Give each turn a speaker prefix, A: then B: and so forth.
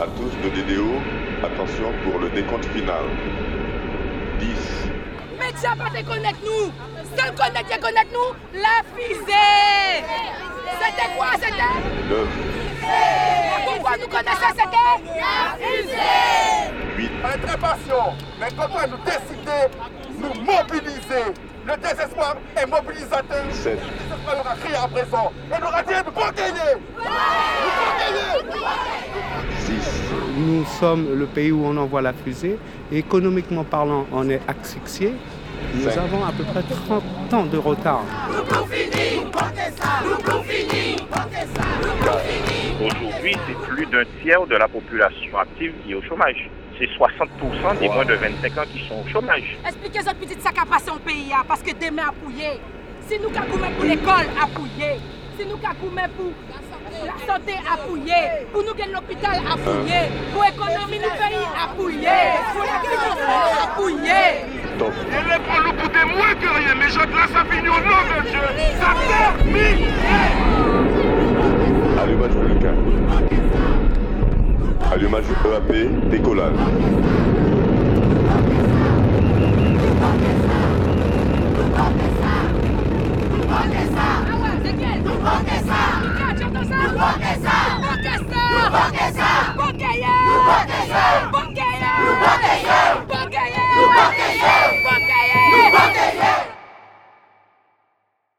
A: À tous de DDO, attention pour le décompte final. 10,
B: Mais tiens, pas déconnecte nous Seul connecte qui connecte nous, la fusée C'était quoi C'était
A: 9,
B: Pourquoi nous connaissons C'était La fusée
A: 8,
C: On est très patient, mais quand on nous décider, nous mobiliser. Le désespoir est mobilisateur.
A: 7,
C: Le désespoir aura crié à présent. On aura dit nous faut gagner. Nous faut gagner.
A: 6,
D: Nous sommes le pays où on envoie la fusée. Et économiquement parlant, on est asphyxié. Nous
A: Cinq.
D: avons à peu près 30 ans de retard.
A: 4,
E: Aujourd'hui, c'est plus d'un tiers de la population active qui est au chômage. C'est 60% des
A: Wow.
E: moins de 25 ans qui sont au chômage.
B: Expliquez cette petite sac à passer au pays, hein, parce que demain, à pouiller. Si nous cacoumons pour l'école, à pouiller. Si nous cacoumons pour la santé, à pouiller. Pour nous gagner l'hôpital, à pouiller. Pour l'économie du pays, à pouiller. Pour la finance, à pouiller.
A: top. Allumage vulcain. Allumage EAP, décollage.
B: Ah ouais, c'est quel? Nous votons ça! Nous votons ça! Nous votons ça! Nous votons ça!